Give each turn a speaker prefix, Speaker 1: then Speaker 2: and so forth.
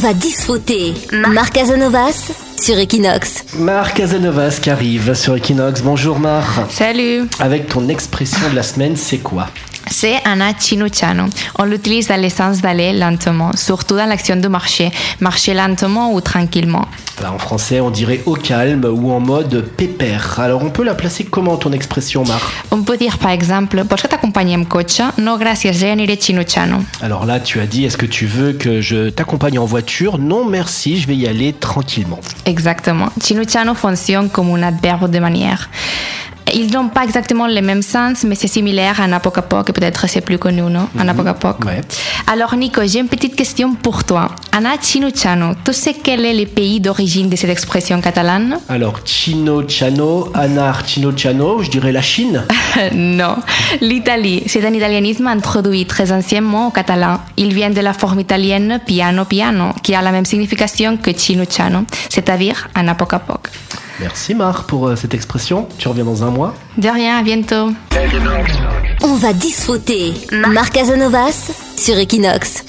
Speaker 1: va disfruter. Marc Casanovas sur Equinox.
Speaker 2: Marc Casanovas qui arrive sur Equinox. Bonjour Marc.
Speaker 3: Salut,
Speaker 2: Avec ton expression de la semaine, c'est quoi
Speaker 3: c'est Anna Cinuciano. On l'utilise dans le sens d'aller lentement, surtout dans l'action de marcher. Marcher lentement ou tranquillement.
Speaker 2: Bah, En français, on dirait au calme ou en mode pépère. Alors on peut la placer comment ton expression, Marc
Speaker 3: On peut dire par exemple, pots que t'accompagner en coche? No, gracias, genere Cinuciano.
Speaker 2: Alors là, tu as dit, est-ce que tu veux que je t'accompagne en voiture Non, merci, je vais y aller tranquillement.
Speaker 3: Exactement. Cinuciano fonctionne comme un adverbe de manière. Ils n'ont pas exactement le même sens, mais c'est similaire à Napocapoc, et peut-être c'est plus connu, non Napocapoc.
Speaker 2: ouais.
Speaker 3: Alors, Nico, j'ai une petite question pour toi. Anna Cinuciano, tu sais quel est le pays d'origine de cette expression catalane
Speaker 2: Alors, Chino Chano, Anna Chino Chano, je dirais la Chine.
Speaker 3: Non. L'Italie, c'est un italianisme introduit très anciennement au catalan. Il vient de la forme italienne piano piano, qui a la même signification que Cinuciano, c'est-à-dire Anna Pocapoc.
Speaker 2: Merci Marc pour euh, cette expression. Tu reviens dans un mois.
Speaker 3: De rien, à bientôt.
Speaker 1: On va disfruter. Marc Casanovas sur Equinox.